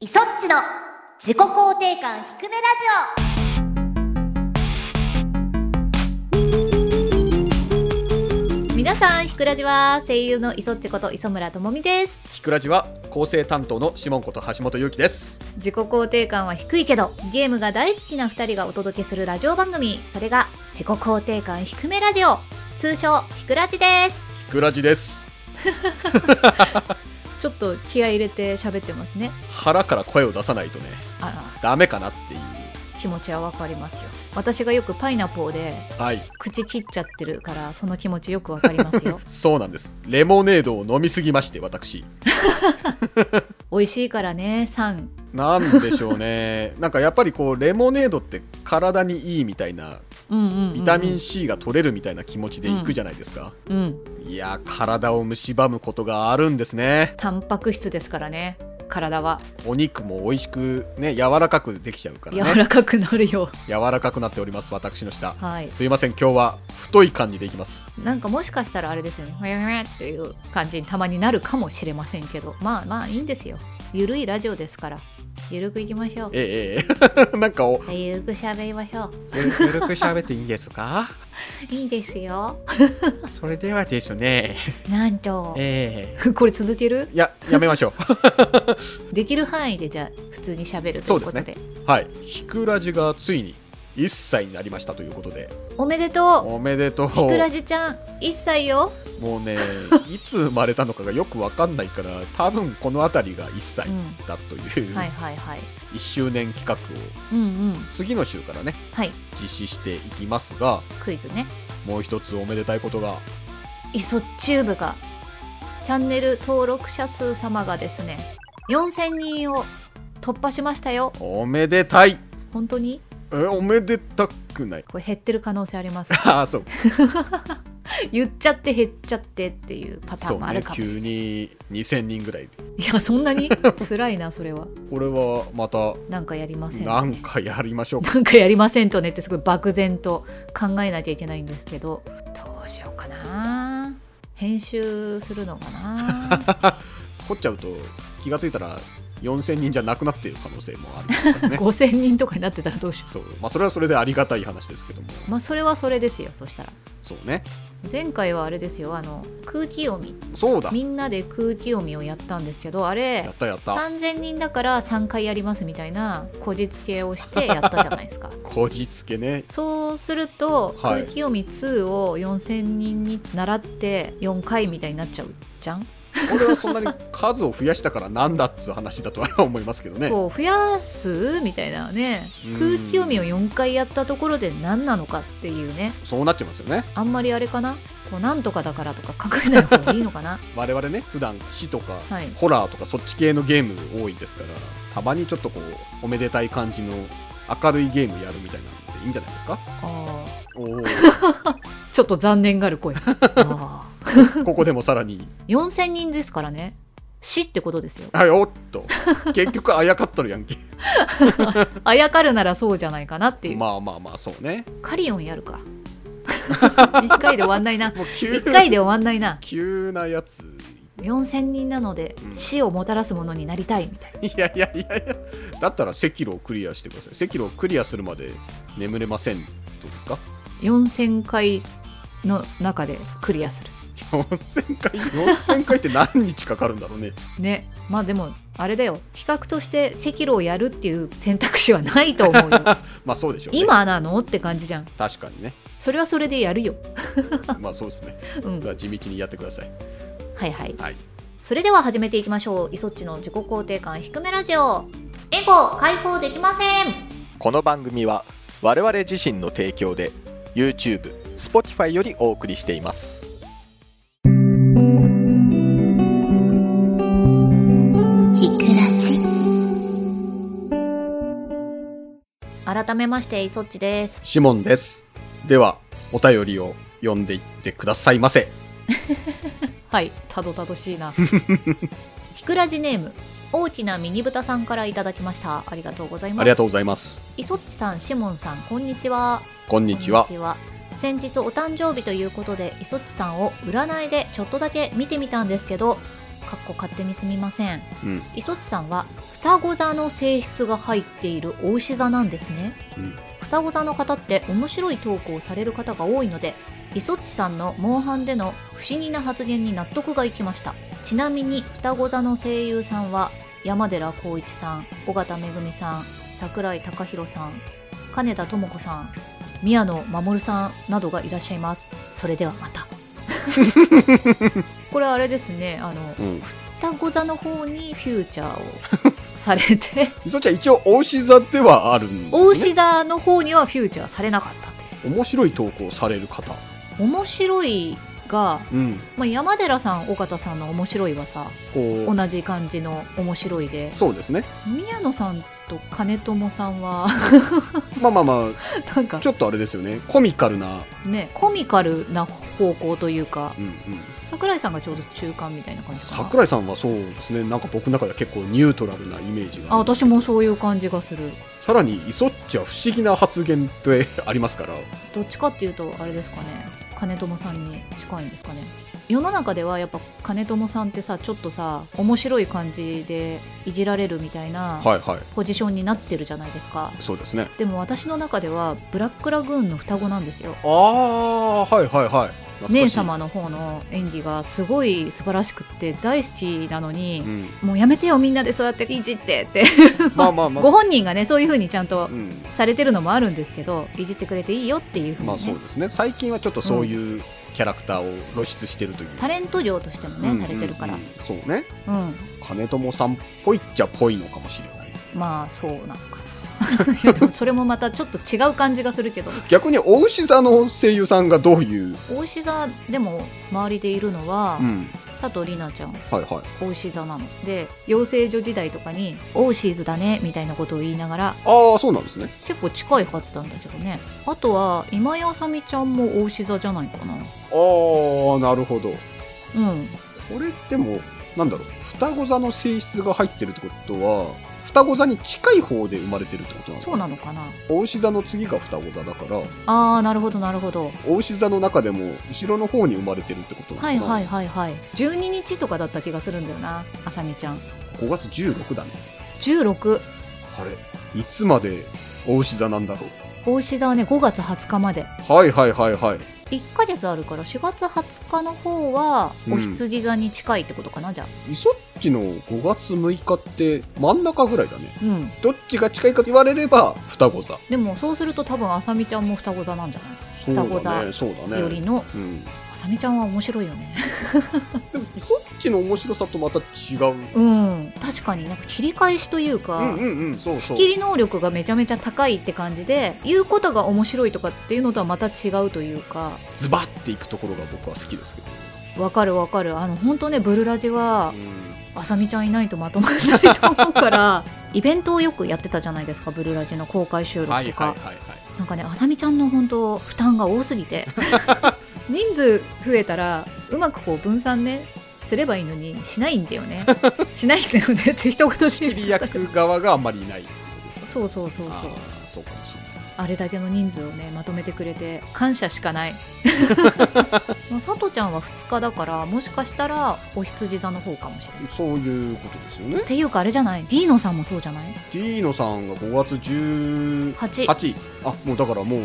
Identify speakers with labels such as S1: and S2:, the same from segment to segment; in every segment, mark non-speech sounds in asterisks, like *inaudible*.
S1: イソッチの自己肯定感低めラジ
S2: 皆さんひくらじは声優の磯っちこと磯村智美です
S3: ひくらじは構成担当のシモンこと橋本優希です
S2: 自己肯定感は低いけどゲームが大好きな2人がお届けするラジオ番組それが自己肯定感低めラジオ通称ひくらじです
S3: ひくらじです
S2: ちょっと気合い入れて喋ってますね
S3: 腹から声を出さないとね
S2: あ
S3: ダメかなっていう
S2: ら気持ちはわかりますよ私がよくパイナポーで
S3: はい
S2: 口切っちゃってるからその気持ちよくわかります *laughs* よ
S3: そうなんですレモネードを飲みすぎまして私
S2: 美味しいからね酸
S3: なんでしょうね *laughs* なんかやっぱりこうレモネードって体にいいみたいな
S2: うんうんうんうん
S3: ビタミン C が取れるみたいな気持ちでいくじゃないですか、
S2: うん
S3: いやー体を蝕むことがあるんですね
S2: タンパク質ですからね体は
S3: お肉も美味しくね柔らかくできちゃうから
S2: 柔
S3: ね
S2: らかくなる
S3: *laughs*
S2: よ
S3: 柔らかくなっております私の下
S2: はい
S3: すいません今日は太い感じでいきます
S2: なんかもしかしたらあれですよね、ふやふやっていう感じにたまになるかもしれませんけど、まあまあいいんですよ。ゆるいラジオですから、ゆるくいきましょう。
S3: ええええ *laughs* なんかお
S2: ゆるくしゃべりましょう。
S3: ゆるく喋っていいんですか
S2: いいですよ。
S3: それではですね
S2: なんと、
S3: え
S2: これ続ける
S3: いややめましょ
S2: できる範囲でじゃあ普通にしゃべるということで。
S3: そうう *laughs* はいひくらじがついに1歳になりましたということで
S2: おめでと
S3: おめでとう
S2: うひくらじちゃん、1歳よ。
S3: もうねいつ生まれたのかがよくわかんないから多分この辺りが1歳
S2: うん。
S3: だという、
S2: はいはいはい。
S3: 1周年企画を
S2: うんうん。
S3: 次の週からね
S2: はい、
S3: 実施していきますが
S2: クイズね。
S3: もう一つおめでたいことが
S2: イソチューブがチャンネル登録者数様がですね4000人を突破しましたよ
S3: おめでたい
S2: 本当に
S3: えおめでたくない *laughs*
S2: これ減ってる可能性あります
S3: ああそう
S2: 言っちゃって減っちゃってっていうパターンもあるかもしれない、
S3: そうね急に2000人ぐらい
S2: いやそんな
S3: *laughs*
S2: に辛いなそれは
S3: これはまた
S2: なんかやりませんとね
S3: なんかやりましょう
S2: *laughs*
S3: か
S2: なんかやりませんとねってすごい漠然と考えなきゃいけないんですけどどうしようかな編集するのかな
S3: 凝っちゃうと気がついたら4000人じゃなくなっている可能性もあるから *laughs* ね
S2: 5000人とかになってたらどうしよ
S3: そうまあそれはそれでありがたい話ですけども
S2: うまあそれはそれですよそしたら
S3: そうね
S2: 前回はあれですよあの空気読み
S3: そうだ
S2: みんなで空気読みをやったんですけどあ
S3: や
S2: れ
S3: ったやった
S2: 3000人だから3回やりますみたいなこじつけをしてやったじゃないです
S3: *laughs*
S2: か
S3: こじつけね
S2: そうすると
S3: は
S2: 空
S3: い
S2: 気読み2を4000人に習って4回みたいになっちゃうじゃん、
S3: これはそんなに数を増やしたからなんだっつう話だとは思いますけどね
S2: そう増やすみたいなね
S3: うん
S2: 空気読みを4回やったところで何なのかっていうね
S3: そうなっちゃいますよね
S2: あんまりあれかなこうなんとかだからとか考えない方がいいのかな
S3: 我々ね普段死とか
S2: はい
S3: ホラーとかそっち系のゲーム多いですからたまにちょっとこうおめでたい感じの明るいゲームやるみたいなのっていいんじゃないですか
S2: あー
S3: おお
S2: ちょっと残念がる
S3: *laughs*
S2: 声あー
S3: ここでもさらに
S2: 4000人ですからね死ってことですよ
S3: はいおっと結局あやかっとるやんけ
S2: あやかるならそうじゃないかなっていう、
S3: まあまあまあそうね
S2: カリオンやるか1回で終わんないな
S3: もう急
S2: 1回で終わんないな
S3: 急なやつ
S2: 4000人なので
S3: うん
S2: 死をもたらすものになりたいみたいない
S3: やいやいやいやだったら赤炉をクリアしてください赤炉をクリアするまで眠れませんどうですか
S2: 4000回の中でクリアする
S3: 4000回4000回って何日かかるんだろうね
S2: ねまあでもあれだよ企画として赤炉をやるっていう選択肢はないと思う
S3: *laughs*
S2: よ
S3: まあそうでしょうね
S2: 今なのって感じじゃん
S3: 確かにね
S2: それはそれでやるよ、
S3: まあそうですね
S2: うん、
S3: まあ地道にやってください
S2: はいはい
S3: はい
S2: それでは始めていきましょうイソッチの自己肯定感低めラジオエゴ解放できません
S4: この番組は我々自身の提供で YouTube、Spotify よりお送りしています
S1: オひくらじ
S2: 改めましてイソッチです
S3: シモンですではお便りを読んでいってくださいませ
S2: はいたどたどしい *laughs* なひくらじネーム大きなミニブタさんからいただきましたありがとうございます
S3: ありがとうございます
S2: イソッチさんシモンさんこんにちは
S3: こんにちは
S2: こんにちは先日お誕生日ということでイソッチさんを占いでちょっとだけ見てみたんですけどかっこ勝手にすみません
S3: うん
S2: 磯っちさんは双子座の性質が入っているお牛座なんですね
S3: うん
S2: 双子座の方って面白いトークをされる方が多いので磯っちさんの「モンハン」での不思議な発言に納得がいきましたちなみに双子座の声優さんは山寺宏一さん尾形めぐみさん桜井貴弘さん金田智子さん宮野真守さんなどがいらっしゃいますそれではまたこれあれですねあの
S3: うん
S2: 双子座の方にフューチャーをさ
S3: *laughs*
S2: れて
S3: 磯ちゃん一応お牛座ではあるんです、ね、
S2: 大牛座の方にはフューチャーされなかったという
S3: 面白い投稿される方
S2: 面白いが、
S3: うん
S2: まあ、山寺さん尾形さんの面白いはさ
S3: こ
S2: 同じ感じの面白いで
S3: うそうですね
S2: 宮野さんと金友さんは *laughs*
S3: まあまあま
S2: なんか
S3: あちょっとあれですよねコミカルな
S2: ねコミカルな方向というか
S3: うんうん
S2: 桜井さんがちょうど中間みたいな感じかな
S3: 桜井さんはそうですねなんか僕の中では結構ニュートラルなイメージ
S2: あ
S3: がります
S2: 私もそういう感じがする
S3: さらにイソッチは不思議な発言ってありますから
S2: どっちかっていうとあれですかね金友さんに近いんですかね世の中ではやっぱ金友さんってさちょっとさ面白い感じでいじられるみたいな
S3: はいはい
S2: ポジションになってるじゃないですか
S3: そうですね
S2: でも私の中ではブラックラグーンの双子なんですよ
S3: ああはいはいはい懐かしい
S2: 姉様の方の演技がすごい素晴らしくって大好きなの
S3: う
S2: に、 *laughs*
S3: ん
S2: もうやめてよみんなでそうやっていじってって
S3: まあまあまあ
S2: ご本人がねそういう風にちゃんと
S3: うん
S2: されてるのもあるんですけどいじってくれていいよっていう風に、ね
S3: まあそうですね最近はちょっとそういうキャラクターを露出してるという
S2: タレント業としてもね、
S3: うんうんうん
S2: されてるから、
S3: そうね
S2: うん、
S3: 金友さんっぽいっちゃぽいのかもしれない
S2: まあそうなのかないやでもそれもまたちょっと違う感じがするけど
S3: 逆にお牛座の声優さんがどういう
S2: 大石座でも周りでいるのは、
S3: うん
S2: 佐藤里奈ちゃん
S3: はいはい
S2: 大牛座なので養成所時代とかに「オーシーズだね」みたいなことを言いながら
S3: ああそうなんですね
S2: 結構近いはずなんだけどねあとは今井あさみちゃんも大牛座じゃないかな
S3: ああなるほど
S2: うん
S3: これでもなんだろう双子座の性質が入ってるってことは双子座に近い方で生まれてるってことなの
S2: そうなのかな
S3: お牛座の次が双子座だから
S2: あーなるほどなるほど
S3: お牛座の中でも後ろの方に生まれてるってことなの
S2: はいはいいはいはい12日とかだった気がするんだよなあさみちゃん
S3: 5月16だね
S2: 16
S3: あれいつまでお牛座なんだろう
S2: 大牛座はね5月20日まで
S3: はいはいはいはい
S2: 1ヶ月あるから4月20日の方は
S3: うん
S2: お羊座に近いってことかな、じゃあ
S3: イソッチの5月6日って真ん中ぐらいだね
S2: うん
S3: どっちが近いかと言われれば双子座
S2: でもそうすると多分あさみちゃんも双子座なんじゃない
S3: そう
S2: 双子
S3: だね
S2: 座
S3: そうだね
S2: よりの
S3: うん、で
S2: あさみちゃんは面白いよね
S3: もイソッチの面白さとまた違う
S2: うん確かになんか切り返しというか、
S3: うんうんうんそうそ
S2: 仕
S3: う
S2: 切り能力がめちゃめちゃ高いって感じで言うことが面白いとかっていうのとはまた違うというか
S3: ズバッていくところが僕は好きですけど、
S2: わかるわかるあの本当ねブルラジは
S3: う
S2: あさみちゃんいないとまとまらないと思うからイベントをよくやってたじゃないですかブルラジの公開収録と
S3: ん、
S2: か、
S3: はいはいはいはい
S2: なんかねあさみちゃんの本当負担が多すぎて人数増えたらうまくこう分散ねすればいいのにしないんだよねしないんだよねって一言で
S3: 切
S2: 言っ
S3: り
S2: ちゃったけ
S3: 役
S2: ど
S3: 側があんまりいないってことですか
S2: そうそうそうそう
S3: あーそうかもしれない
S2: あれだけの人数をねまとめてくれて感謝しかないまあ佐藤ちゃんは2日だからもしかしたらお羊座の方かもしれないっ
S3: そういうことですよね
S2: ていうかあれじゃないディーノさんもそうじゃない
S3: ディーノさんが5月18
S2: 8
S3: あもうだからもう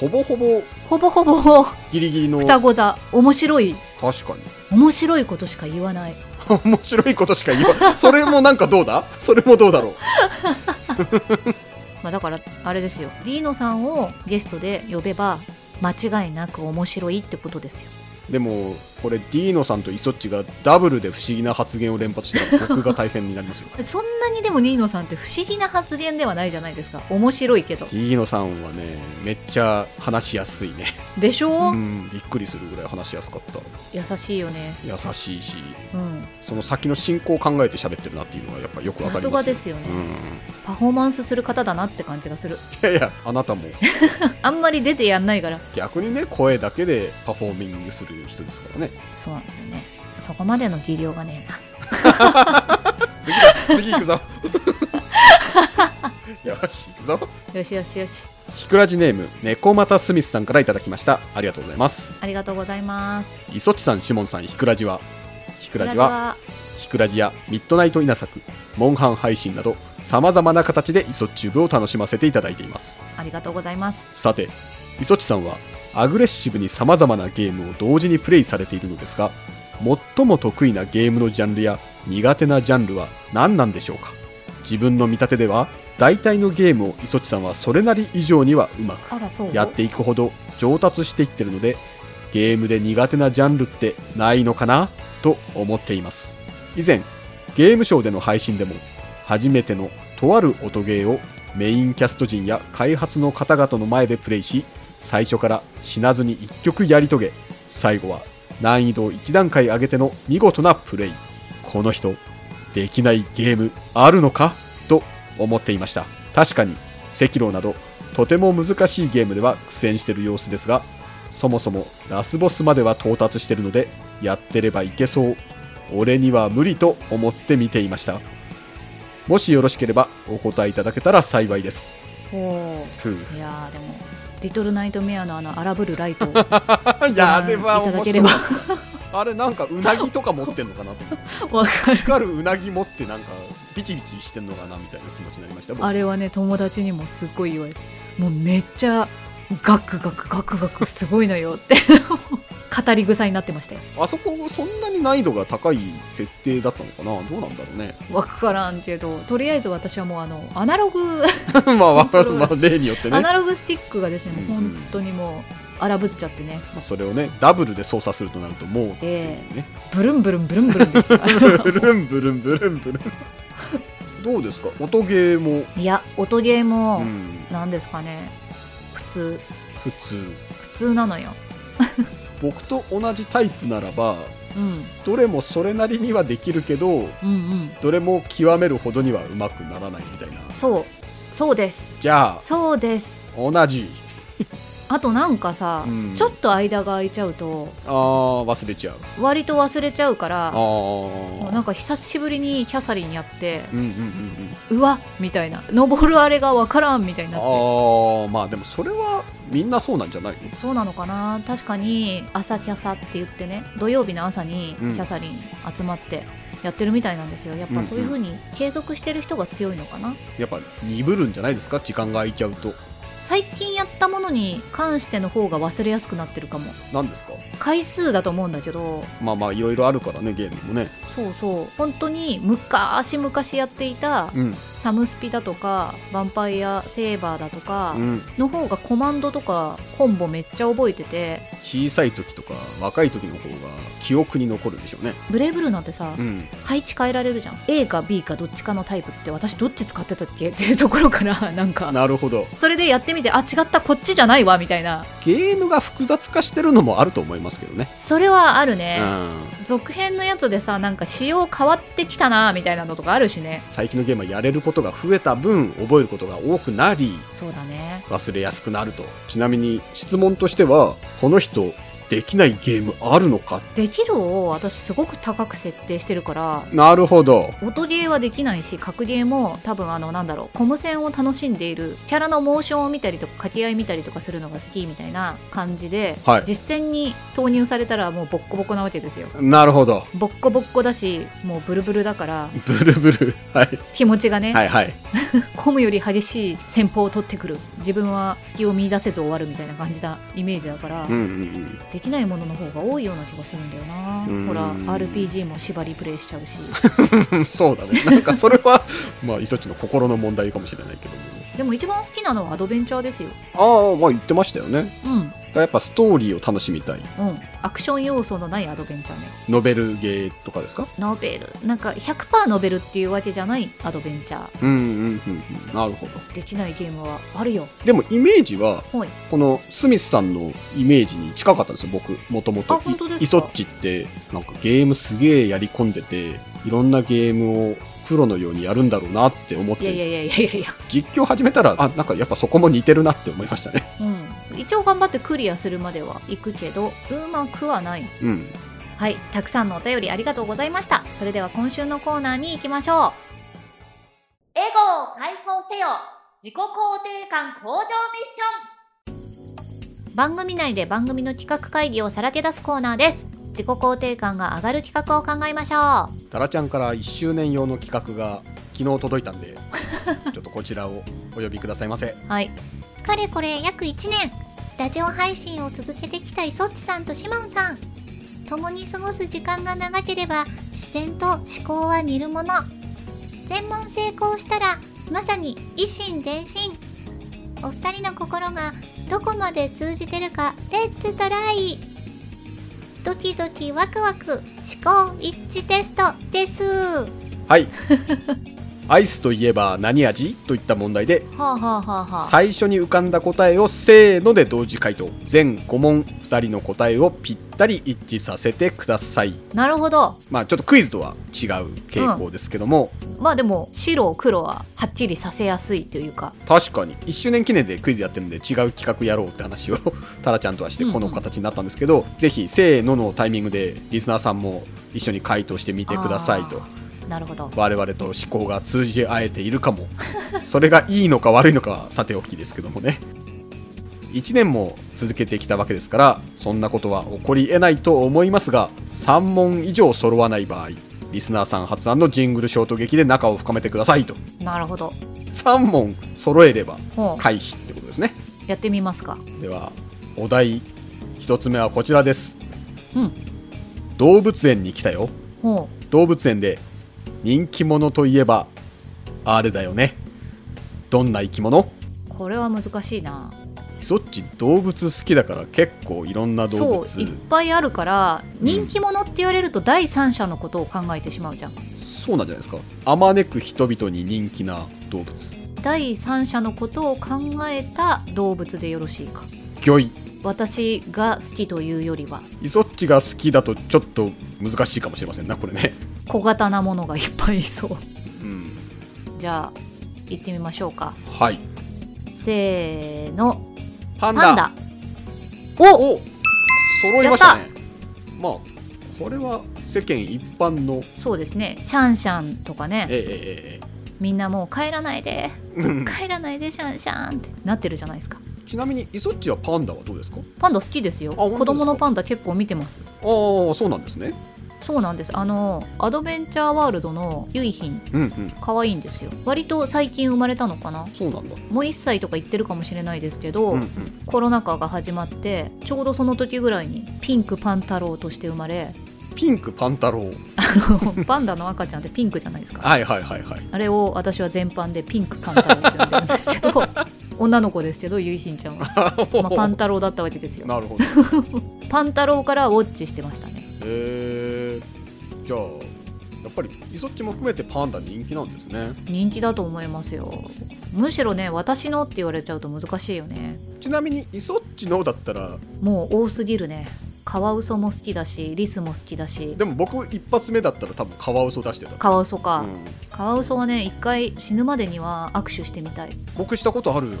S3: ほぼほぼ
S2: ほぼほぼ
S3: ギリギリの
S2: 双子座面白い
S3: 確かに *laughs*
S2: 面白いことしか言わない
S3: 面白いことしか言わないそれもなんかどうだそれもどうだろう
S2: まあ、だからあれですよディーノさんをゲストで呼べば間違いなく面白いってことですよ
S3: でもこれディーノさんとイソッチがダブルで不思議な発言を連発したら僕が大変になりますよ
S2: そんなにでもディーノさんって不思議な発言ではないじゃないですか面白いけど
S3: ディーノさんはねめっちゃ話しやすいね
S2: でしょ、
S3: うんびっくりするぐらい話しやすかった
S2: 優しいよね
S3: 優しいし
S2: うん
S3: その先の進行を考えて喋ってるなっていうのがやっぱよくわかります
S2: さすがですよね
S3: うん、い
S2: パフォーマンスする方だなって感じがする
S3: やいやあなたも
S2: あんまり出てやんないから
S3: 逆にね声だけでパフォーミングする人で
S2: *laughs*
S3: すからね
S2: そうなんですよねそこまでの技量がねえな
S3: 次だ次行くぞ *laughs* よし行くぞ
S2: よしよしよし
S3: ひくらじネーム猫又スミスさんからいただきましたありがとうございます
S2: ありがとうございます
S3: 磯地さん、シモンさん、ひくらじは。ひく
S2: ブ
S3: らじは、ひくらじやミッドナイト稲作モンハン配信などさまざまな形でイソッチューブを楽しませていただいています
S2: ありがとうございます
S3: さて磯地さんはアグレッシブに様々なゲームを同時にプレイされているのですが最も得意なゲームのジャンルや苦手なジャンルは何なんでしょうか自分の見立てでは大体のゲームを磯地さんはそれなり以上にはうまく
S2: あらそう
S3: やっていくほど上達していってるのでゲームで苦手なジャンルってないのかなと思っています以前ゲームショーでの配信でも初めてのとある音ゲーをメインキャスト陣や開発の方々の前でプレイし最初から死なずに1曲やり遂げ最後は難易度を1段階上げての見事なプレイこの人できないゲームあるのかと思っていました確かに赤狼などとても難しいゲームでは苦戦してる様子ですがそもそもラスボスまでは到達してるのでやってればいけそう俺には無理と思って見ていましたもしよろしければお答えいただけたら幸いです
S2: ほ
S3: ふう
S2: ういやーでもリトルナイトメアのあの荒ぶるライ *laughs* トを
S3: いやあれは面
S2: いただ
S3: 白
S2: け
S3: い
S2: れば
S3: *laughs* あれなんかうなぎとか持ってんのかなと思って
S2: わかる
S3: 光るうなぎ持ってなんかビチビチしてんのかなみたいな気持ちになりました僕
S2: あれはね友達にもすっごい言われてもうめっちゃガクガクガクガクすごいのよって *laughs* 語り草になってましたよ
S3: あそこそんなに難易度が高い設定だったのかなどうなんだろ
S2: *laughs*
S3: うね
S2: わからんけどとりあえず私はもうあのアナログ
S3: まあわかる
S2: そう
S3: まあ例によってね
S2: アナログスティックがですね、もう
S3: うんうん
S2: 本当にもう荒ぶっちゃってね
S3: まあそれをねダブルで操作するとなるともうっていうね、
S2: ブルンブルンブルンブルンで
S3: *laughs*
S2: した
S3: ブルンブルンブルンブルンどうですか音ゲーも、
S2: いや音ゲーも
S3: うん、
S2: なんですかね普通
S3: 普通
S2: 普通なのよ
S3: 僕と同じタイプならば
S2: うん
S3: どれもそれなりにはできるけど
S2: うんうん
S3: どれも極めるほどにはうまくならないみたいな
S2: そうそうです
S3: じゃあ
S2: そうです
S3: 同じ
S2: あとなんかさ、
S3: うん
S2: ちょっと間が空いちゃうと
S3: あー忘れちゃう
S2: 割と忘れちゃうか
S3: あ
S2: らもうな
S3: ー
S2: んか久しぶりにキャサリンやって
S3: うんうんうんうん
S2: うわみたいな登るあれがわからんみたいになって
S3: ああまあでもそれはみんなそうなんじゃない
S2: そうなのかな確かに朝キャサって言ってね土曜日の朝にキ
S3: うん
S2: ャサリン集まってやってるみたいなんですよやっぱそういう風に継続してる人が強いのかな、
S3: やっぱ鈍るんじゃないですか時間が空いちゃうと
S2: 最近やったものに関しての方が忘れやすくなってるかも
S3: 何ですか
S2: 回数だと思うんだけど
S3: まあまあいろいろあるからねゲームもね
S2: そうそう本当に昔々やっていた
S3: うん
S2: サムスピだとかヴァンパイアセーバーだとか
S3: うん
S2: の方がコマンドとかコンボめっちゃ覚えてて
S3: 小さい時とか若い時の方が記憶に残るでしょうね
S2: ブレイブルーなんてさ、
S3: うん
S2: 配置変えられるじゃん A か B かどっちかのタイプって私どっち使ってたっけって *laughs* いうところからなんか
S3: なるほど
S2: それでやってみてあ違ったこっちじゃないわみたいな
S3: ゲームが複雑化してるのもあると思いますけどね
S2: それはある
S3: う
S2: ね、
S3: ん
S2: 続編のやつでさなんか仕様変わってきたなみたいなのとかあるしね
S3: 最近のゲームはやれることが増えた分覚えることが多くなり
S2: そうだね
S3: 忘れやすくなるとちなみに質問としてはこの人できないゲームあるのか
S2: できるを私すごく高く設定してるから
S3: なるほど
S2: 音ゲーはできないし格ゲーも多分あのなんだろうコム戦を楽しんでいるキャラのモーションを見たりとか掛け合い見たりとかするのが好きみたいな感じで、
S3: はい
S2: 実戦に投入されたらもうボッコボコなわけですよ
S3: なるほど
S2: ボッコボッコだしもうブルブルだから
S3: ブルブルはい
S2: 気持ちがね、
S3: はいはい
S2: コムより激しい戦法を取ってくる自分は隙を見出せず終わるみたいな感じなイメージだから、
S3: うんうん
S2: できないものの方が多いような気がするんだよな
S3: うん
S2: ほら RPG も縛りプレイしちゃうし
S3: うん *laughs* そうだねなんかそれはまあいそっちの心の問題かもしれないけども
S2: でも一番好きなのはアドベンチャーですよ
S3: ああまあ言ってましたよね
S2: うん
S3: やっぱストーリーを楽しみたい
S2: うん、アクション要素のないアドベンチャーね
S3: ノベルゲーとかですか
S2: ノベルなんか100%ノベルっていうわけじゃないアドベンチャー
S3: うんうんうんうんなるほど
S2: できないゲームはあるよ
S3: でもイメージは
S2: はい
S3: このスミスさんのイメージに近かったんですよ僕もとも
S2: あ
S3: と
S2: 本当ですか
S3: イソッチってなんかゲームすげえやり込んでていろんなゲームをプロのようにやるんだろうなって思っ
S2: いや
S3: て
S2: いやいやいやいやいや、
S3: 実況始めたらあなんかやっぱそこも似てるなって思いましたね
S2: うん、一応頑張ってクリアするまでは行くけどうまくはない
S3: うん
S2: はいたくさんのお便りありがとうございましたそれでは今週のコーナーに行きましょう
S1: エゴを解放せよ自己肯定感向上ミッション
S2: 番組内で番組の企画会議をさらけ出すコーナーです自己肯定感が上がる企画を考えましょう
S3: タラちゃんから1周年用の企画が昨日届いたんで *laughs* ちょっとこちらをお呼びくださいませ
S2: はい
S5: かれこれ約1年ラジオ配信を続けてきたイソッチさんとシモンさん共に過ごす時間が長ければ自然と思考は似るもの全問成功したらまさに一心伝心お二人の心がどこまで通じてるかレッツトライドキドキワクワク思考一致テストです
S3: はい *laughs* アイスといえば何味といった問題で
S2: はあはあはあはあ
S3: 最初に浮かんだ答えをせーので同時回答全5問2人の答えをぴったり一致させてください
S2: なるほど
S3: まあちょっとクイズとは違う傾向ですけども、
S2: まあでも白黒ははっきりさせやすいというか
S3: 確かに1周年記念でクイズやってるんで違う企画やろうって話を *laughs* タラちゃんとはして
S2: うんうん
S3: この形になったんですけど、ぜひせーののタイミングでリスナーさんも一緒に回答してみてくださいと
S2: あーなるほど
S3: 我々と思考が通じ合えているかも *laughs* それがいいのか悪いのかはさておきですけどもね1年も続けてきたわけですからそんなことは起こりえないと思いますが3問以上揃わない場合リスナーさん発案のジングルショート劇で仲を深めてくださいと
S2: なるほど
S3: 3問揃えれば
S2: ほ
S3: 回避ってことですね
S2: うやってみますか
S3: ではお題1つ目はこちらです、
S2: うん
S3: 動物園に来たよ
S2: ほ
S3: 動物園で人気者といえばあれだよねどんな生き物
S2: うこれは難しいな
S3: そっち動物好きだから結構いろんな動
S2: そ
S3: 物
S2: う
S3: そ
S2: いっぱいあるから人気者って言われると第三者のことを考えてしまうじゃん
S3: うなんじゃないですかあまねく人々に人気な動物
S2: 第三者のことを考えた動物でよろしいか
S3: 魚い
S2: 私が好きというよりは
S3: イソッチが好きだとちょっと難しいかもしれませんなこれね
S2: 小型なものがいっぱいいそう
S3: うん
S2: じゃあ行ってみましょうか
S3: はい
S2: せーの
S3: パンダ
S2: パンダお
S3: お揃いましたねまあこれは世間一般の
S2: そうですねシャンシャンとかね
S3: えええ
S2: みんなもう帰らないで
S3: えええうん
S2: 帰らないでシャンシャンってなってるじゃないですか
S3: ちなみにイソッチはパンダはどうですか
S2: パンダ好きですよ
S3: 本当ですか
S2: 子供のパンダ結構見てます
S3: ああそうなんですね
S2: そうなんですあのアドベンチャーワールドのゆいひん
S3: うんうん
S2: 可愛いんですよ割と最近生まれたのかな
S3: そうなんだ
S2: もう1歳とか言ってるかもしれないですけど、
S3: うんうん
S2: コロナ禍が始まってちょうどその時ぐらいにピンクパン太郎として生まれ *laughs*
S3: ピンクパン太郎
S2: パンダの赤ちゃんってピンクじゃないですか
S3: はいはいはいはい
S2: あれを私は全般でピンクパン太郎って呼んでるんです
S3: *laughs*
S2: けど女の子ですけどゆいひんちゃんは、まあ、パン太郎だったわけですよ
S3: なるほど *laughs* へ
S2: パン太郎からウォッチしてましたね
S3: えじゃあやっぱりイソッチも含めてパンダ人気なんですね
S2: 人気だと思いますよむしろね私のって言われちゃうと難しいよね
S3: ちなみにイソッチのだったら
S2: もう多すぎるねカワウソも好きだしリスも好きだし
S3: でも僕一発目だったら多分カワウソ出してた
S2: カワウソか、
S3: うん
S2: カワウソはね一回死ぬまでには握手してみたい
S3: 僕したことあるよ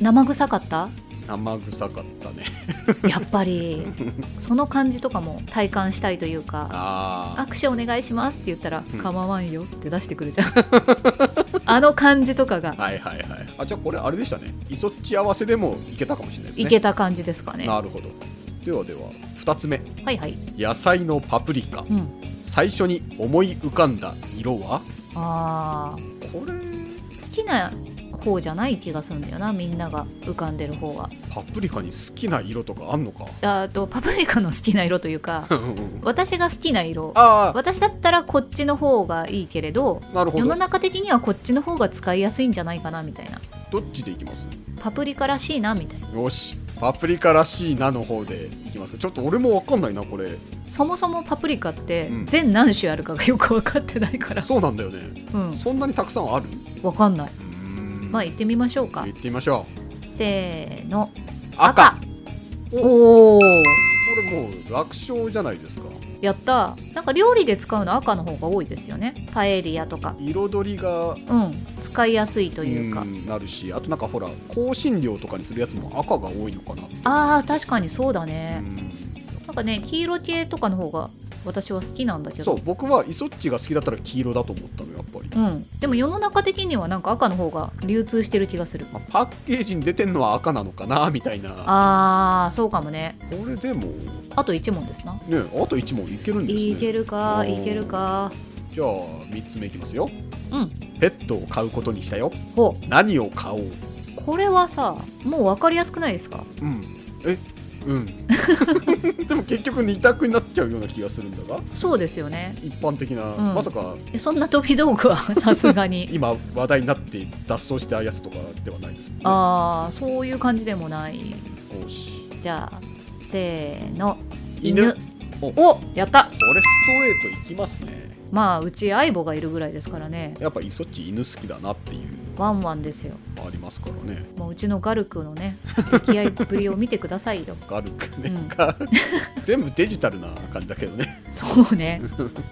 S2: 生臭かった
S3: 生臭かったね
S2: やっぱりその感じとかも体感したいというか
S3: ああ
S2: 握手お願いしますって言ったら
S3: うん
S2: 構わんよって出してくるじゃんあの感じとかが
S3: はいはいはいあじゃあこれあれでしたねイソッチ合わせでもいけたかもしれないですね
S2: いけた感じですかね
S3: なるほどではでは2つ目
S2: はいはい
S3: 野菜のパプリカ
S2: うん
S3: 最初に思い浮かんだ色は
S2: あー
S3: これ
S2: 好きな方じゃない気がするんだよなみんなが浮かんでる方が
S3: パプリカに好きな色とかあんの *laughs* か
S2: あとパプリカの好きな色という
S3: *laughs*
S2: か私が好きな色
S3: あ
S2: 私だったらこっちの方がいいけれど
S3: あなるほ
S2: 世の
S3: ど
S2: 中的にはこっちの方が使いやすいんじゃないかなみたいな
S3: どっちでいきます
S2: パプリカらしいなみたいな
S3: よしパプリカらしいなの方でいきますかちょっと俺もわかんないなこれ
S2: そもそもパプリカって
S3: うん
S2: 全何種あるかがよく分かってないから、
S3: そうなんだよね
S2: うん、
S3: そんなにたくさんある
S2: 分かんないう
S3: ーん
S2: まあ行ってみましょうか
S3: 行ってみましょう
S2: せーの
S3: 赤おこ
S2: おお
S3: れもう楽勝じゃないですか
S2: やったなんか料理で使うの赤の方が多いですよねパエリアとか
S3: 彩りが
S2: うん使いやすいというか、
S3: んなるしあとなんかほら香辛料とかにするやつも赤が多いのかな
S2: あー確かにそうだね、
S3: う
S2: なんかね黄色系とかの方が私は好きなんだけ
S3: ん
S2: ど
S3: そう僕はイソッチが好きだったら黄色だと思ったのやっぱり、
S2: うん、でも世の中的にはなんか赤の方が流通してる気がする
S3: まあ、パッケージに出てんのは赤なのかなみたいな
S2: あーそうかもね
S3: これでも
S2: あと1問ですな。
S3: ねえあと1問いけるんですね
S2: いけるか、
S3: おー
S2: いけるか。
S3: じゃあ3つ目いきますよ
S2: うん
S3: ペットを飼うことにしたよ
S2: ほ
S3: 何を買おう
S2: う、これはさ、もう分かりやすくないですか
S3: うんえうん
S2: *laughs*
S3: でも結局2択になっちゃうような気がするんだが
S2: そうですよね。
S3: 一般的な、
S2: うん
S3: まさか
S2: えそんな飛び道
S3: *laughs*
S2: 具はさすがに。
S3: 今話題になって脱走したやつとかではないですもんね
S2: ああ、そういう感じでもない。
S3: おし
S2: じゃあ、せーの。
S3: 犬
S2: おやった
S3: これストレートいきますね
S2: まあ、うち相棒がいるぐらいですからね。
S3: やっぱイソッチ犬好きだなっていう
S2: ワンワンですよ。
S3: のもありますからね
S2: もううちのガルクのね、溺愛っぷりを見てくださいよ。 *laughs*
S3: ガルク
S2: う
S3: ね、
S2: ん
S3: ガルク *laughs* 全部デジタルな感じだけどね
S2: そうね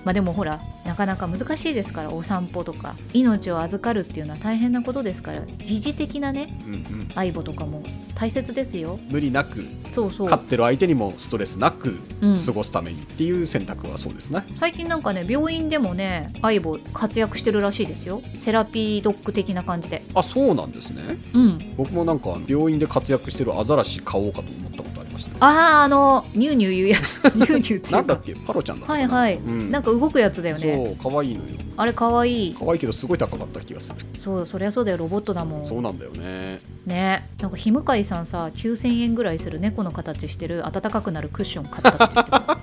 S2: まあでもほらなかなか難しいですからお散歩とか命を預かるっていうのは大変なことですから疑似的なね
S3: うんうん
S2: 愛護とかも大切ですよ
S3: 無理なく
S2: そうそ
S3: 飼っ
S2: う、
S3: てる相手にもストレスなく
S2: うん、
S3: 過ごすためにっていう選択はそうですね、
S2: 最近なんかね病院でもね相棒活躍してるらしいですよセラピードッグ的な感じで
S3: あそうなんですね
S2: うん
S3: 僕もなんか病院で活躍してるアザラシ買おうかと思ったことありましたね
S2: あああのニューニュー言うや
S3: *laughs*
S2: つニューニューっていうか
S3: なんだっけパロちゃんだったかな
S2: はいはい
S3: うん、
S2: なんか動くやつだよね
S3: そう可愛いのよ
S2: あれかわいい
S3: 可愛いけどすごい高かった気がする
S2: そうそりゃそうだよロボットだもん
S3: そうなんだよね
S2: ねなんかひむかいさんさ9000円ぐらいする猫の形してる暖かくなるクッション買った
S3: *laughs*
S2: って言ってた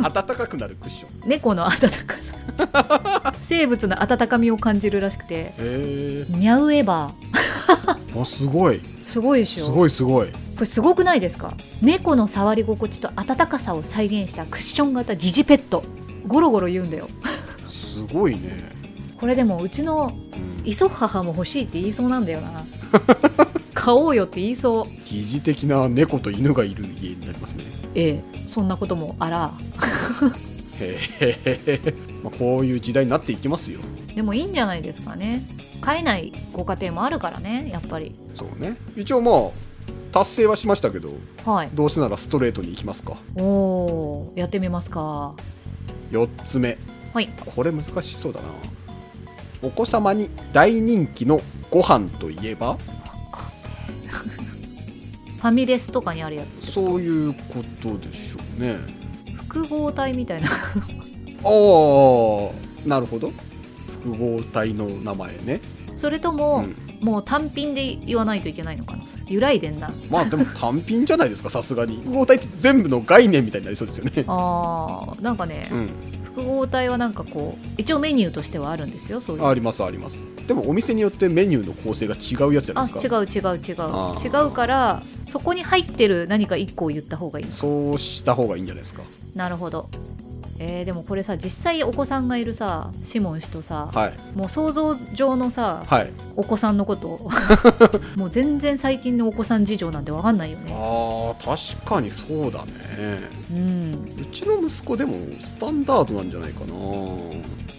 S3: なんで暖かくなるクッションへ
S2: 猫の暖かさ生物の温かみを感じるらしくて
S3: え
S2: ミャウエバ
S3: あすごい
S2: ーすごいでし
S3: す
S2: ょ
S3: ごいすごい
S2: これすごくないですか猫の触り心地と温かさを再現したクッション型疑似ペットゴロゴロ言うんだよ
S3: すごいね、
S2: これでもうちの
S3: うん、
S2: 磯母も欲しいって言いそうなんだよ
S3: *laughs*
S2: な買おうよって言いそう
S3: 疑似的な猫と犬がいる家になりますね
S2: ええそんなこともあら
S3: へえ、 *laughs* まあ、こういう時代になっていきますよ
S2: でもいいんじゃないですかね飼えないご家庭もあるからねやっぱり
S3: そうね一応まあ達成はしましたけど
S2: はい
S3: どうせならストレートに行きますか
S2: おおやってみますか
S3: 4つ目
S2: はい
S3: これ難しそうだなお子様に大人気のご飯といえば
S2: ファミレスとかにあるやつ
S3: そういうことでしょうね
S2: 複合体みたいな *laughs*
S3: ああなるほど複合体の名前ね、
S2: それと
S3: う
S2: も、
S3: ん、
S2: もう単品で言わないといけないのかなそれ揺らいでんな
S3: まあでも単品じゃないですかさすがに複合体って全部の概念みたいになりそうですよね
S2: あーなんかね、
S3: うん
S2: 複合体はなんかこう一応メニューとしてはあるんですよそういう
S3: ありますありますでもお店によってメニューの構成が違うやつじゃない
S2: あ
S3: ですか
S2: 違う違う違
S3: あ
S2: う
S3: ー
S2: 違うからそこに入ってる何か1個を言った方がいい
S3: そうした方がいいんじゃないですか
S2: なるほどえーでもこれさ実際お子さんがいるさシモン氏とさ
S3: はい
S2: もう想像上のさ
S3: はい
S2: お子さんのこと
S3: *laughs*
S2: もう全然最近のお子さん事情なんて分かんないよね
S3: あー確かにそうだね
S2: うん
S3: うちの息子でもスタンダードなんじゃないか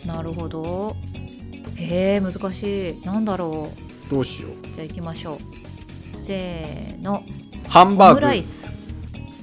S3: な
S2: なるほどへえ難しいなんだろ
S3: どうしよう
S2: うじゃあ行きましょうせーの
S3: ハン
S2: オ
S3: バー
S2: ム
S3: グ
S2: ライス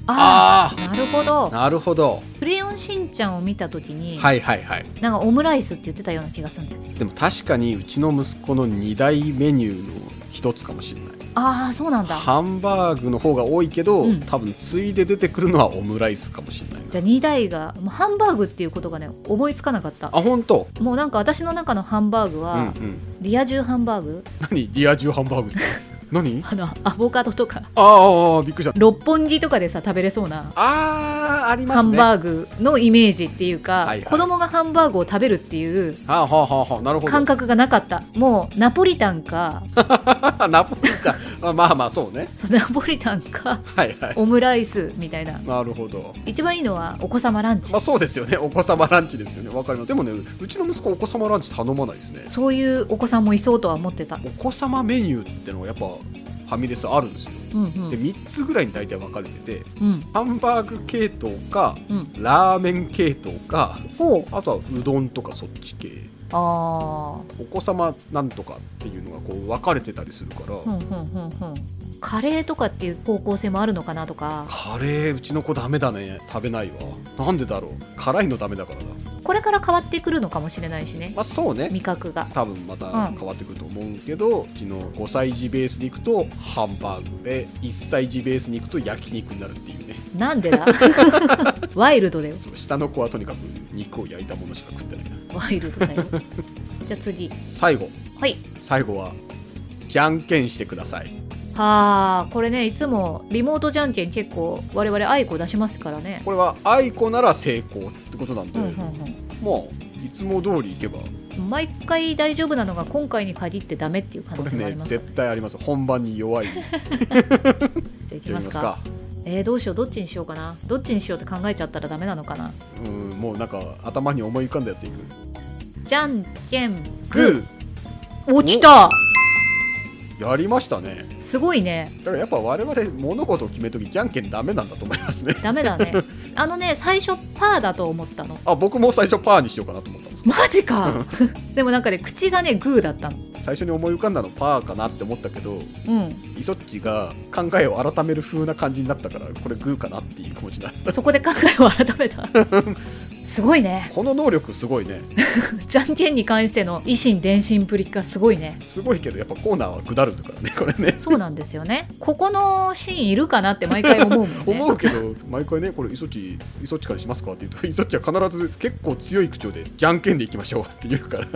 S2: あ
S3: あ
S2: あなるほど
S3: あなるほど
S2: 「クレヨンしんちゃん」を見た時に、
S3: はいはいはい
S2: なんかオムライスって言ってたような気がするんだよね
S3: でも確かにうちの息子の2大メニューの一つかもしれない
S2: ああそうなんだ
S3: ハンバーグの方が多いけど、
S2: うん
S3: 多分ついで出てくるのはオムライスかもしれないな
S2: じゃあ2台がもうハンバーグっていうことがね思いつかなかった
S3: あ本当
S2: もうなんか私の中のハンバーグ
S3: うんう
S2: は、
S3: ん
S2: リア充ハンバーグ
S3: 何リア充ハンバーグって *laughs* 何あ
S2: あのアボカドとか
S3: ーあーあーびっくりした
S2: 六本木とかでさ食べれそうな
S3: あーありま
S2: ハ
S3: す
S2: ン
S3: ね
S2: バーグのイメージっていうか、
S3: はいはい
S2: 子供がハンバーグを食べるっていう
S3: あはあはあはあなるほど
S2: 感覚がなかったもうナポリタンか
S3: *laughs* ナポリタンあまあまあそうね
S2: そうナポリタンか
S3: はいはい
S2: オムライスみたいな
S3: なるほど
S2: 一番いいのはお子様ランチ
S3: まあそうですよねお子様ランチですよねわかりますでもねうちの息子お子様ランチ頼まないですね
S2: そういうお子さんもいそうとは思ってた
S3: お子様メニューってのがやっぱファミレスあるんですよ
S2: うんう
S3: で
S2: ん
S3: 3つぐらいに大体分かれてて
S2: うん
S3: ハンバーグ系統か
S2: うん
S3: ラーメン系統か
S2: ほう
S3: あとはうどんとかそっち系
S2: あー
S3: お子様なんとかっていうのがこう分かれてたりするから、
S2: ふんふんふんふんカレーとかっていう方向性もあるのかなとか
S3: カレーうちの子ダメだね食べないわなんでだろう辛いのダメだからだ
S2: これから変わってくるのかもしれないしね
S3: まあそうね
S2: 味覚が
S3: 多分また変わってくると思うけど、うちの5歳児ベースでいくとハンバーグで1歳児ベースに行くと焼肉になるっていうね
S2: なんでだ *laughs* ワイルドだよ
S3: そう下の子はとにかく肉を焼いたものしか食ってない
S2: ワイルドだよじゃあ次
S3: 最後
S2: はい
S3: 最後はじゃんけんしてください
S2: はあこれねいつもリモートじゃんけん結構我々愛子出しますからね
S3: これは愛子なら成功ってことなんで、
S2: うんう
S3: も
S2: ん
S3: ういつも通りいけば
S2: うん毎回大丈夫なのが今回に限ってダメっていう可
S3: こ
S2: 能
S3: れ
S2: 性もあり
S3: ね
S2: ますから
S3: 絶対あります本番に弱い人
S2: じゃあいき
S3: いま
S2: ますす
S3: か
S2: かえー、どうしようどっちにしようかなどっちにしようって考えちゃったらダメなのかな
S3: うんもうなんか頭に思い浮かんだやついく
S2: じゃんけん
S3: グ
S2: 落ちた
S3: ーやりましたね
S2: すごいね
S3: だからやっぱ我々物事を決めるときじゃんけんダメなんだと思いますね *laughs*
S2: ダメ *laughs* だねあのね最初パーだと思ったの
S3: あ僕も最初パーにしようかなと思ったんですけど
S2: マジか *laughs* でもなんかね口がねグーだったの
S3: 最初に思い浮かんだのパーかなって思ったけど
S2: うん
S3: イソッチが考えを改める風な感じになったからこれグーかなっていう気持ちだ
S2: そこで考えを改めたすごいね
S3: この能力すごいね
S2: じゃんけんに関しての維新伝心ぶりがすごいね
S3: すごいけどやっぱコーナーは下るからね *laughs* これね
S2: そうなんですよねここのシーンいるかなって毎回思うもんね
S3: *laughs* 思うけど毎回ねこれイソッチイソッチからしますかって言うとイソッチは必ず結構強い口調でじゃんけんでいきましょうって言うから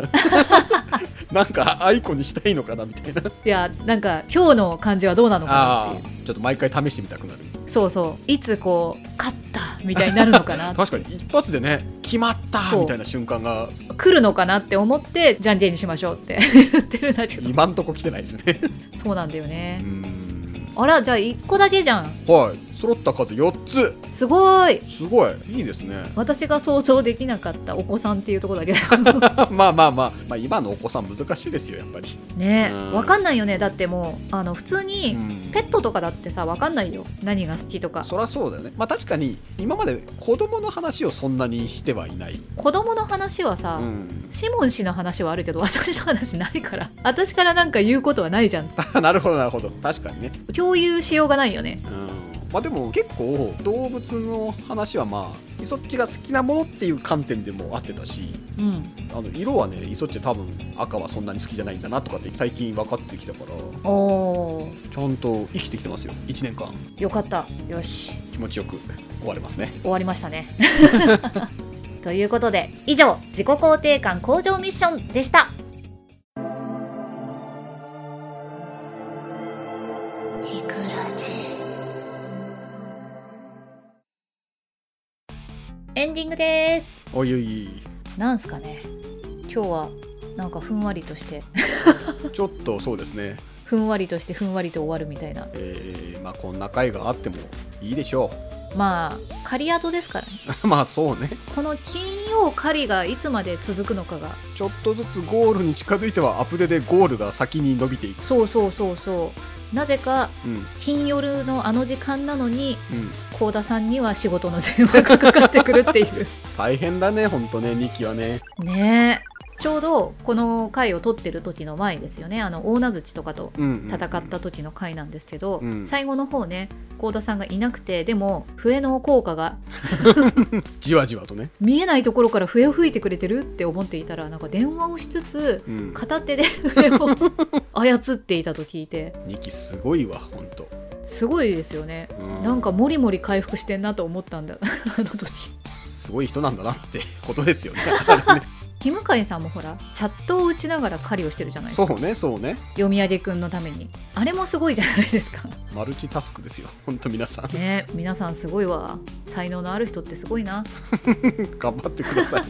S3: なんかアイコンにしたいのかなみたいない
S2: やなんか今日の感じはどうなのかなっていう
S3: ちょっと毎回試してみたくなる
S2: そうそういつこう勝ったみたいになるのか
S3: *laughs*
S2: な
S3: 確かに一発でね決まった
S2: そう
S3: みたいな瞬間が
S2: 来るのかなって思ってじゃんけんにしましょうって *laughs* 言ってるんだけど
S3: 今んとこ来てないですね
S2: そうなんだよ
S3: うー
S2: ね
S3: ん
S2: あらじゃあ1個だけじゃん
S3: はい揃った数4つ
S2: すごーい
S3: すごいいいですね
S2: 私が想像できなかったお子さんっていうところだけだ
S3: まあまあまあ、まあ、今のお子さん難しいですよやっぱり
S2: ね
S3: うん
S2: わかんないよねだってもうあの普通
S3: う
S2: に
S3: ん
S2: ペットとかだってさわかんないよ何が好きとか
S3: そりゃそうだよねまあ確かに今まで子供の話をそんなにしてはいない、
S2: 子供の話はさ、
S3: うん、
S2: シモン氏の話はあるけど *laughs* 私の話ないから私からなんか言うことはないじゃん
S3: *laughs* なるほどなるほど確かにね、
S2: 共有しようがないよね
S3: うん、まあでも結構動物の話はまあイソッチが好きなものっていう観点でも合ってたし
S2: うん
S3: あの色はねイソッチ多分赤はそんなに好きじゃないんだなとかって最近分かってきたから
S2: おー
S3: ちゃんと生きてきてますよ1年間
S2: よかったよし
S3: 気持ちよく終われますね
S2: 終わりましたね *laughs* ということで以上自己肯定感向上ミッションでした
S1: ひくらじ
S2: エンディングです
S3: おいおい
S2: なんすかね今日はなんかふんわりとして
S3: ちょっとそうですね
S2: ふんわりとしてふんわりと終わるみたいな
S3: えー、まあこんな回があってもいいでしょ
S2: まあ仮宿ですからね
S3: う *laughs* まあそうね
S2: この金曜狩りがいつまで続くのかが
S3: ちょっとずつゴールに近づいてはアップデでゴールが先に伸びていく
S2: そうそうそうそうなぜか
S3: うん
S2: 金夜のあの時間なのに
S3: うん
S2: 幸田さんには仕事の電話がかかってくるっていう
S3: 大変だねほんとね2期はね
S2: *laughs* ねえちょうどこの回を撮ってる時の前ですよねあの大名槌とかと
S3: うんうんうん
S2: 戦った時の回なんですけど、
S3: うん
S2: 最後の方ね幸田さんがいなくてでも笛の効果が
S3: じわじわとね
S2: 見えないところから笛を吹いてくれてるって思っていたらなんか電話をしつつ
S3: うん
S2: 片手で笛を *laughs* 操っていたと聞いて
S3: 2期すごいわほんと、
S2: すごいですよね
S3: う
S2: なんかもりもり回復してんなと思ったん *laughs* だあの時
S3: すごい人なんだな *laughs* ってことですよね
S2: キムカイさんもほらチャットを打ちながら狩りをしてるじゃないです
S3: *laughs* そ
S2: か
S3: うねそうね
S2: 読み上げくんのためにあれもすごいじゃないですか
S3: マルチタスクですよほんと皆さん
S2: *laughs* ね皆さんすごいわ才能のある人ってすごいな
S3: 頑張ってくだ *laughs* さい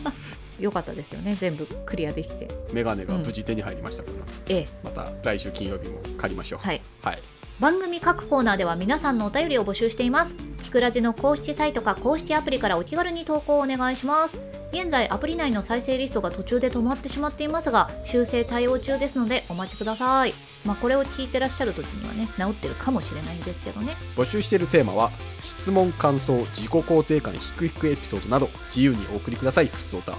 S2: 良かったですよね全部クリアできて
S3: メガネが無事手に入りましたから、
S2: ええ
S3: また来週金曜日も借りましょう
S2: はい
S3: はい、
S5: 番組各コーナーでは皆さんのお便りを募集していますひくらじの公式サイトか公式アプリからお気軽に投稿をお願いします
S2: 現在アプリ内の再生リストが途中で止まってしまっていますが修正対応中ですのでお待ちくださいまあこれを聞いてらっしゃる時にはね治ってるかもしれないですけどね
S3: 募集しているテーマは質問感想自己肯定感ひくひくエピソードなど自由にお送りくださいふつおた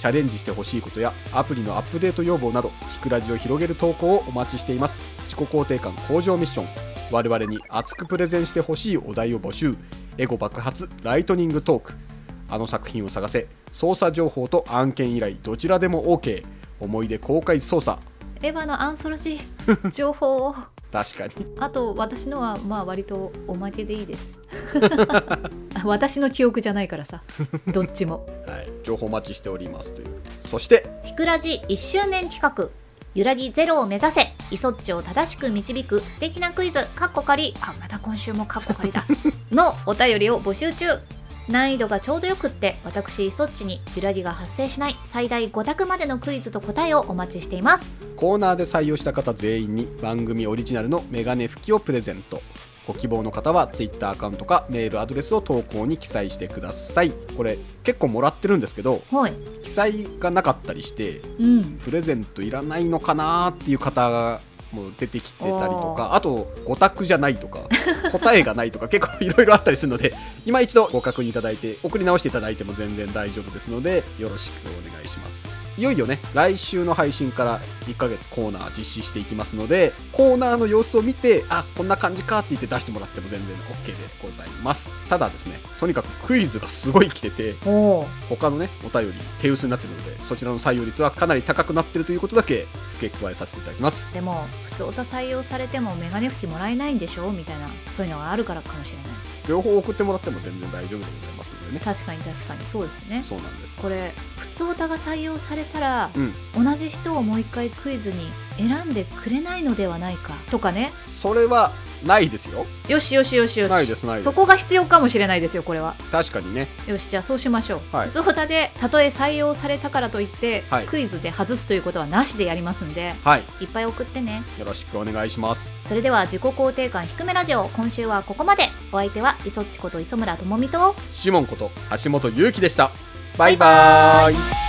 S3: チャレンジしてほしいことやアプリのアップデート要望などひくラジを広げる投稿をお待ちしています自己肯定感向上ミッション我々に熱くプレゼンしてほしいお題を募集エゴ爆発ライトニングトークあの作品を探せ捜査情報と案件依頼どちらでも OK 思い出公開捜査
S2: エヴァのアンソロジー情報を
S3: 確かに。
S2: あと私のはまあ割とおまけでいいです私の記憶じゃないからさどっちも
S3: はい。情報お待ちしておりますという。そして、
S2: ひくらじ1周年企画ゆらぎゼロを目指せイソッチを正しく導く素敵なクイズかっこかりあまた今週もかっこかりだのお便りを募集中難易度がちょうどよくって私イソッチにゆらぎが発生しない最大5択までのクイズと答えをお待ちしています
S3: コーナーで採用した方全員に番組オリジナルのメガネ拭きをプレゼントご希望の方は Twitter アカウントかメールアドレスを投稿に記載してくださいこれ結構もらってるんですけど
S2: はい
S3: 記載がなかったりして
S2: うん
S3: プレゼントいらないのかなーっていう方がもう出てきてたりとかあと5択じゃないとか答えがないとか結構いろいろあったりするので今一度ご確認いただいて送り直していただいても全然大丈夫ですのでよろしくお願いしますいよいよね来週の配信から1ヶ月コーナー実施していきますのでコーナーの様子を見てあこんな感じかって言って出してもらっても全然 OK でございますただですねとにかくクイズがすごい来てて
S2: おー
S3: 他のねお便り手薄になってるのでそちらの採用率はかなり高くなってるということだけ付け加えさせていただきます
S2: でも普通おた採用されてもメガネ拭きもらえないんでしょみたいなそういうのがあるからかもしれないです
S3: 両方送ってもらっても全然大丈夫でございますのでね
S2: 確かに確かにそうですね
S3: そうなんです
S2: これ普通おたが採用されたら
S3: う、
S2: 同じ人をもう一回クイズに選んでくれないのではないかとかね
S3: それはないですよ
S2: よしよしよしよし
S3: ないですないです
S2: そこが必要かもしれないですよこれは
S3: 確かにね
S2: よしじゃあそうしましょう、
S3: はい
S2: 普通おたでたとえ採用されたからといって、
S3: はい
S2: クイズで外すということはなしでやりますんで
S3: はい
S2: いっぱい送ってね
S3: よろしくお願いします
S2: それでは自己肯定感低めラジオ今週はここまでお相手は磯っちこと磯村智美と
S3: シモンこと橋本祐希でしたバイバーイ